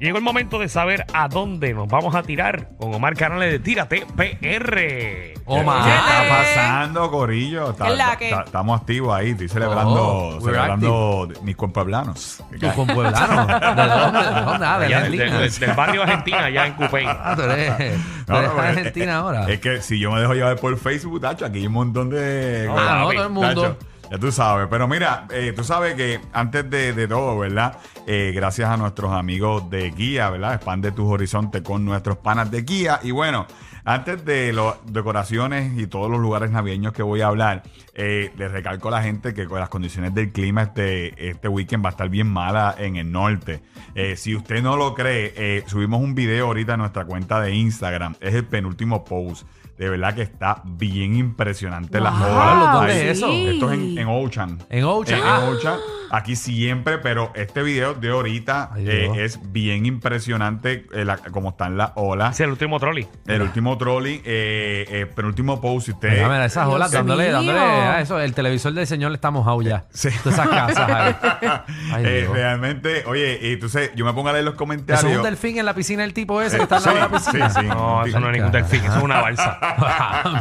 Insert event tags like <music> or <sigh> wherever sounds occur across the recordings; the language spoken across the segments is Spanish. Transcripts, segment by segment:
Llegó el momento de saber a dónde nos vamos a tirar con Omar Canales de Tírate PR. Oh, Omar. ¿Qué Ah, está Eh. pasando, Corillo? Está- ¿Qué es la está- que? está- estamos activos ahí. Estoy celebrando, Oh, we're celebrando mis cuempablanos. Tu compueblano. Ah, ¿De dónde? ¿De dónde? Ah, de Allá del, Argentina. del- del barrio Argentina, allá en <laughs> Cupey. <laughs> Ah, tú eres, tú <laughs> <laughs> No, eres no, porque- Argentina ahora. Es que si yo me dejo llevar por Facebook, tacho, aquí hay un montón de. ah, no, papi, todo el mundo. Tacho, Ya tú sabes, pero mira, eh, tú sabes que antes de, de todo, ¿verdad? Eh, gracias a nuestros amigos de Guía, ¿verdad? Expande tus horizontes con nuestros panas de Guía. Y bueno, antes de las decoraciones y todos los lugares navideños que voy a hablar, eh, les recalco a la gente que con las condiciones del clima este, este weekend va a estar bien mala en el norte. Eh, si usted no lo cree, eh, subimos un video ahorita en nuestra cuenta de Instagram. Es el penúltimo post. De verdad que está bien impresionante las Wow, olas. Ah, ¿dónde Ahí- es eso? Esto es en, en Ocean. En Ocean, En ah. Ocean. Aquí siempre, pero este video de ahorita Ay, eh, Dios. es bien impresionante eh, la- como están las olas. Es el último trolley. El último trolley, eh, eh, penúltimo post, si usted... Mira, mira, <laughs> esas Dios olas dándole, mío. dándole a Ah, eso. El televisor del señor le está mojado <laughs> ya. Todas esas casas ahí. <laughs> Ay, Eh, Dios. realmente, oye, y entonces yo me pongo a leer los comentarios. Eso es un delfín en la piscina el tipo ese Eh, que está al lado de la sí, piscina. sí, sí. <laughs> No, eso no es ningún delfín, eso es una balsa.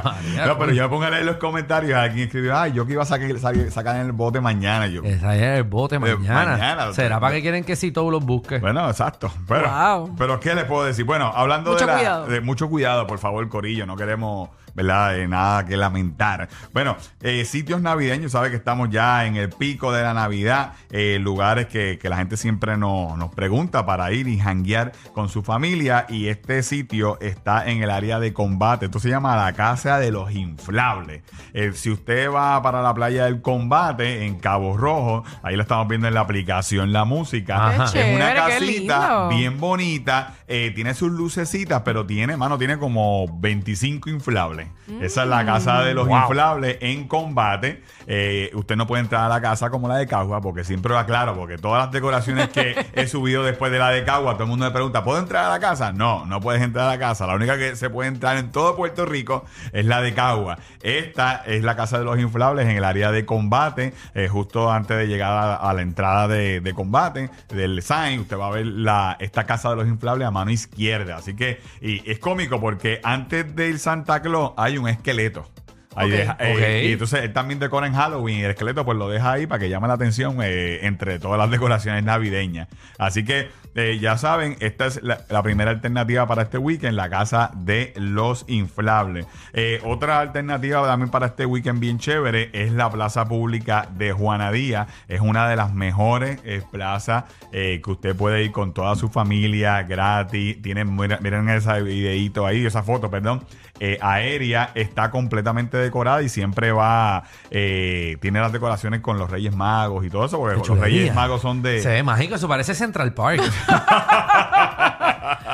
María, No, pero yo me pongo a leer los comentarios. Alguien escribió, ay, yo que iba a sacar, sa- sacar en el bote mañana. Y Yo, Esa es el bote mañana. mañana. ¿Será para que quieren que si todos los busque? Bueno, exacto. Pero, Wow. pero ¿qué les puedo decir? Bueno, hablando Mucho de, la- cuidado. de mucho cuidado, por favor, Corillo, no queremos, ¿verdad? Eh, nada que lamentar. Bueno, eh, sitios navideños, sabe que estamos ya en el pico de la Navidad, eh, lugares que, que la gente siempre nos, nos pregunta para ir y janguear con su familia y este sitio está en el área de combate. Esto se llama la Casa de los Inflables. Eh, si usted va para la playa del combate en Cabo Rojo, ahí la estamos viendo en la aplicación La Música. Ajá. Es una Chévere, qué casita lindo. bien bonita, eh, tiene sus lucecitas, pero tiene, mano, tiene como 25 inflables. Esa es la casa de los Wow. inflables en combate. Eh, usted no puede entrar a la casa como la de Cagua, porque siempre lo aclaro, porque todas las decoraciones que he subido después de la de Cagua, todo el mundo me pregunta, ¿puedo entrar a la casa? No, no puedes entrar a la casa. La única que se puede entrar en todo Puerto Rico es la de Cagua. Esta es la casa de los inflables en el área de combate, eh, justo antes de llegar a, a la entrada de, de combate del sign. Usted va a ver la, esta casa de los inflables a mano izquierda. Así que y es cómico porque antes del Santa Claus hay un esqueleto. Ahí Ok. deja- eh, Ok. y entonces él también decora en Halloween y el esqueleto pues lo deja ahí para que llame la atención eh, entre todas las decoraciones navideñas. Así que eh, ya saben, esta es la, la primera alternativa para este weekend, la casa de los inflables. Eh, otra alternativa también para este weekend bien chévere es la plaza pública de Juana Díaz. Es una de las mejores eh, plazas eh, que usted puede ir con toda su familia gratis. Tienen, mira- miren ese videíto ahí, esa foto, perdón eh, aérea está completamente decorada y siempre va eh, tiene las decoraciones con los Reyes Magos y todo eso porque Qué los Reyes chulería. Magos son de Se ve mágico, eso parece Central <laughs> Park.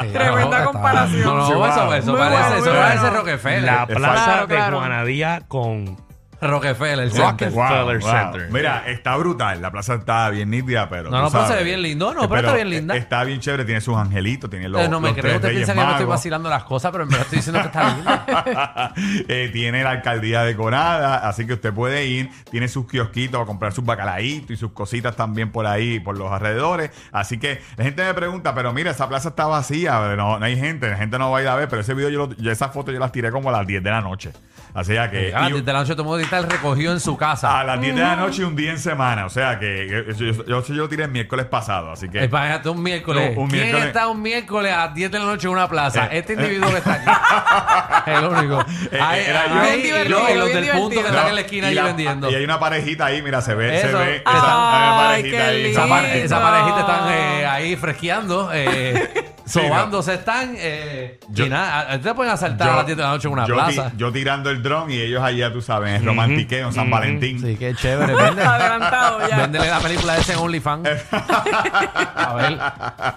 Sí, Tremenda está- comparación. No, no, Sí, wow. eso, eso Muy parece, bueno, eso muy parece bueno. Rockefeller. La plaza Claro, de claro. Juanadía con Rockefeller Center. Rockefeller. Rockefeller Center. Mira, está brutal. La plaza está bien nítida, pero. No, tú no, pero se ve sabes. bien lindo. No, pero está bien linda. Está bien chévere. Tiene sus angelitos, tiene los. Ustedes no me los creen, tres ustedes Reyes piensan que yo estoy Magos. vacilando las cosas, pero en verdad estoy diciendo que está <laughs> linda. Eh, tiene la alcaldía decorada, así que usted puede ir. Tiene sus kiosquitos a comprar sus bacalaitos y sus cositas también por ahí, por los alrededores. Así que la gente me pregunta, pero mira, esa plaza está vacía, pero no, no hay gente, la gente no va a ir a ver. Pero ese video, yo, lo- yo- esas fotos yo las tiré como a las 10 de la noche. Así ya que. Ah, Eh, y- Ah, desde la noche todo el mundo ahorita él recogió en su casa. A las 10 de la noche y un día en semana. O sea que eh, yo, yo, yo- yo lo tiré el miércoles pasado. Así que. Eh, Imagínate un miércoles. No, un ¿Quién miércoles. está un miércoles a las 10 de la noche en una plaza? Eh, este individuo que está <laughs> aquí. el único. Eh, Ahí- era yo. ahí- Bien y divertido, los- y los bien del punto que divertido. están No, en la esquina y ahí la- vendiendo. Y hay una parejita ahí, mira, se ve, se Eso. ve Ay, esa hay una qué parejita ahí. Esa, lindo. par- esa parejita están eh, ahí fresqueando, eh, <laughs> Sí, <laughs> sobándose están. eh, Yo- y nada, a- a ti te pueden asaltar a las 10 de la noche en una yo ti- plaza. yo tirando el dron y ellos allá, tú sabes, en el romantiqueo, en San Valentín. Sí, qué chévere. Vende, <laughs> Adelantado ya. véndele la película esa en OnlyFans. <laughs> a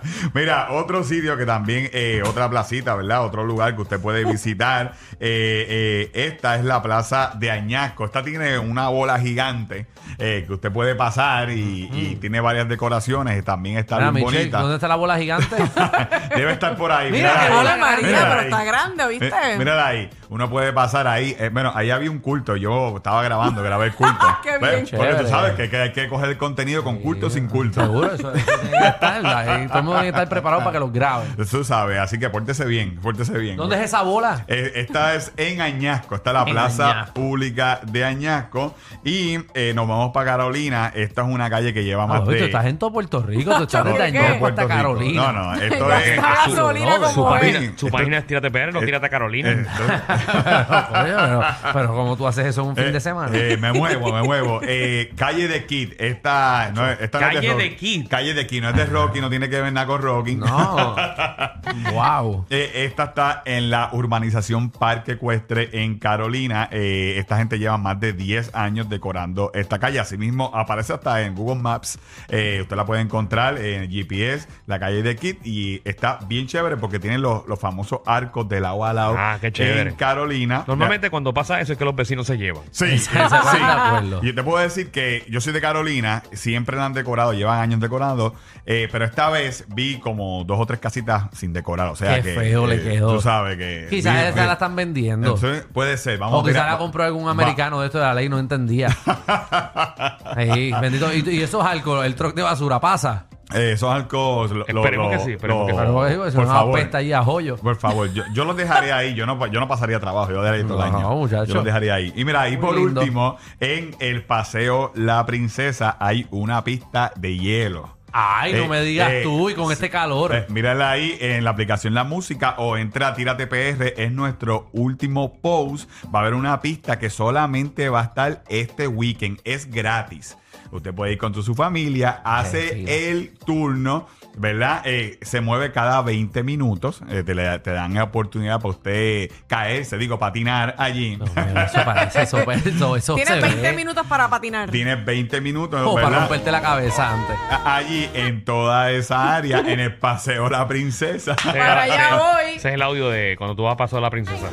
ver. Mira, otro sitio que también, eh, otra placita, ¿verdad? Otro lugar que usted puede visitar. <laughs> Eh, eh, esta es la plaza de Añasco. Esta tiene una bola gigante eh, que usted puede pasar y, y tiene varias decoraciones. También está Mira, bien Ah, Michelle, ¿dónde bonita. está la bola <laughs> gigante? <laughs> Debe estar por ahí. Mira, mírala qué ahí. bola María, Mírala pero ahí. está grande, ¿viste? Mi- Mírala ahí. Uno puede pasar ahí. Eh, bueno, ahí había un culto. Yo estaba grabando, grabé el <laughs> culto. Ah, Qué bien. Pues, Porque tú Chévere. sabes que, que hay que coger el contenido con culto o sin culto. Seguro, eso, eso tiene que estar. ahí todo el mundo tiene que estar preparado para que los graben. Tú sabes, así que pórtese bien, pórtese bien. ¿Dónde es esa bola? Eh, Esta es en Añasco, está la En plaza Añasco. pública de Añasco. Y eh, nos vamos para Carolina. Esta es una calle que lleva Ah, más tú de. estás en todo Puerto Rico, <laughs> tú estás ¿Qué? desde ¿Qué? Añasco hasta Puerto Carolina. Rico. <laughs> No, no, esto es. Eh, Gasta gasolina no, Su como es. página, su Esto- página es Tírate PR, no Tírate Carolina. <laughs> Oye, pero, pero ¿cómo tú haces eso en un fin de semana? Eh, eh, me muevo, me muevo. Eh, calle de Kid. Esta, no, es- esta no es Calle Rocky. de Kid. Calle de Kid. No es de Rocky, no tiene que ver nada con Rocky. No. wow. Eh, esta está en la urbanización Parque Ecuestre en Carolina. Eh, esta gente lleva más de 10 años decorando esta calle. Asimismo, aparece hasta en Google Maps. Eh, usted la puede encontrar en GPS, la calle de Kit. Y está bien chévere porque tienen los, los famosos arcos de lado a lado Ah, qué chévere. en Carolina. Normalmente cuando pasa eso es que los vecinos se llevan. <laughs> Sí, sí. se van de acuerdo. Yo te puedo decir que yo soy de Carolina, siempre la han decorado, llevan años decorando, eh, pero esta vez vi como dos o tres casitas sin decorar. O sea Qué que. feo le eh, quedó. Tú sabes que. Quizás vi- esa la vi- están vendiendo. Entonces, puede ser, vamos o quizás mira, la compró algún va- americano de esto de la ley, no <laughs> entendía. Sí, bendito. Y, y esos alcohol, el truck de basura pasa. eh, esos arcos. lo- lo- Esperemos que lo- sí, esperemos lo- que sí. Pero, eh, eso Oh, por es una favor. pesta ahí a joyo. Por favor, yo, yo los dejaría ahí. Yo no, yo no pasaría trabajo, yo los dejaría todo el No, año. muchacho. Yo los dejaría ahí. Y mira, y Muy por lindo. último, en el paseo La Princesa hay una pista de hielo. Ay, no Eh, me digas eh, tú y con este calor. Eh, mírala ahí en la aplicación La Música o entra a Tírate PR. Es nuestro último post. Va a haber una pista que solamente va a estar este weekend. Es gratis. Usted puede ir con tu- su familia, hace Tranquilo. el turno, ¿verdad? Eh, se mueve cada 20 minutos. Eh, te, le- te dan oportunidad para usted caerse, digo, patinar allí. No, <laughs> mira, eso parece, eso, eso, eso se Tienes 20 ve. minutos para patinar. Tienes 20 minutos, O para ¿verdad? romperte la cabeza antes. A- Allí en toda esa área, en el paseo La Princesa. Para allá voy. Ese es el audio de cuando tú vas a pasar a la princesa.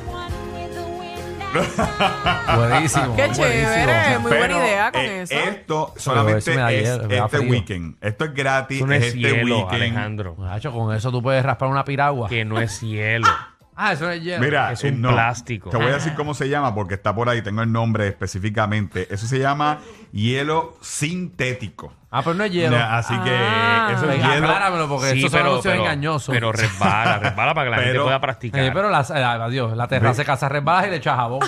Buenísimo. Qué buenísimo. chévere. Muy buena Pero, idea con eh, eso. Esto solamente eso me da es hielo, me da este frío. weekend. Esto es gratis, Eso no es es este cielo, weekend. Alejandro. Muchacho, con eso tú puedes raspar una piragua. Que no es cielo. Ah, eso no es hielo. Mira, Es un eh, no, plástico. Te voy a decir cómo se llama porque está por ahí, tengo el nombre específicamente. Eso se llama hielo sintético. Ah, pero no es hielo. Así que Ah. eso es Venga, hielo. acláramelo porque eso son anuncios engañosos. pero resbala, resbala para que la gente Pero- pueda Eh, practicar. pero la, eh, adiós, la terraza de casa resbalas y le echas <laughs> jabón.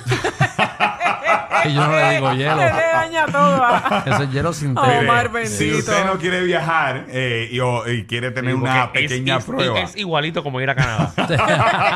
y yo no le digo hielo. <laughs> Se Ah, le daña todo. ah. Eso es Oh, hielo Mire, sintético. Omar Si bendito. usted no quiere viajar eh, y, o- y quiere tener Sí, una porque es- pequeña es- prueba. Es igualito como ir a <laughs> Canadá. <laughs>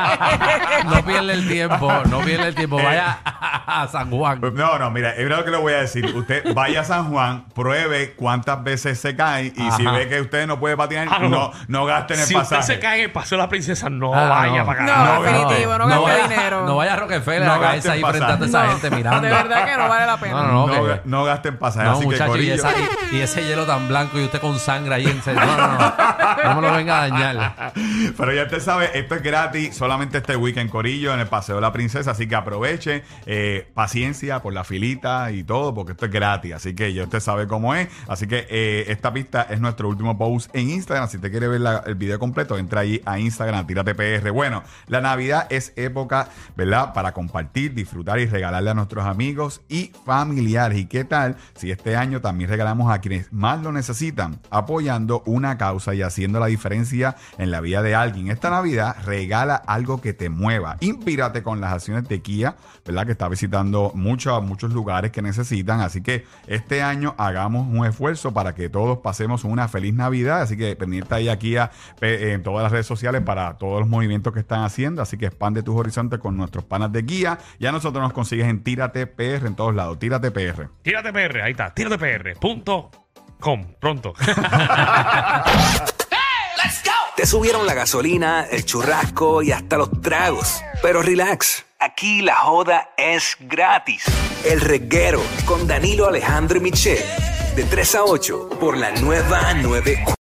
no pierde el tiempo, no pierde el tiempo. Vaya a San Juan. Pues, No, no, mira, es lo que le voy a decir. Usted vaya a San Juan, pruebe cuántas veces se cae y si Ajá. ve que usted no puede patinar, Ah, no. no, no gaste en el si usted pasaje. se cae en el paseo de la princesa, no Ah, vaya no. para No, Canadá. definitivo, no gaste vaya- dinero. No vaya a Rockefeller No a caerse gaste ahí en frente a toda esa No, gente mirando. De verdad que Ah, no vale la pena. No, no, No, no. ga- que- no gaste en pasaje. No, así que, muchacho, y, corillo, esa- y- y ese hielo tan blanco y usted con sangre ahí en No, no, no. No me lo venga a dañar. <laughs> Pero ya usted sabe, esto es gratis solamente este weekend, Corillo, en el Paseo de la Princesa. Así que aproveche, eh, paciencia por la filita y todo, porque esto es gratis. Así que ya usted sabe cómo es. Así que eh, esta pista es nuestro último post en Instagram. Si usted quiere ver la- el video completo, entra ahí a Instagram, tírate PR. Bueno, la Navidad es época, ¿verdad?, para compartir, disfrutar y regalarle a nuestros amigos. amigos y familiares. ¿Y qué tal si este año también regalamos a quienes más lo necesitan, apoyando una causa y haciendo la diferencia en la vida de alguien? Esta Navidad regala algo que te mueva. Inspírate con las acciones de Kia, ¿verdad? Que está visitando muchos, muchos lugares que necesitan. Así que este año hagamos un esfuerzo para que todos pasemos una feliz Navidad. Así que pendiente ahí aquí a, eh, en todas las redes sociales para todos los movimientos que están haciendo. Así que expande tus horizontes con nuestros panas de guía. Y a nosotros nos consigues en Tírate PR en todos lados. Tírate PR. Tírate PR, ahí está, tírate PR. Punto com, pronto. <laughs> Te subieron la gasolina, el churrasco y hasta los tragos. Pero relax, aquí la joda es gratis. El reguero con Danilo Alejandro y Michel, de 3 a 8 por la nueva 9.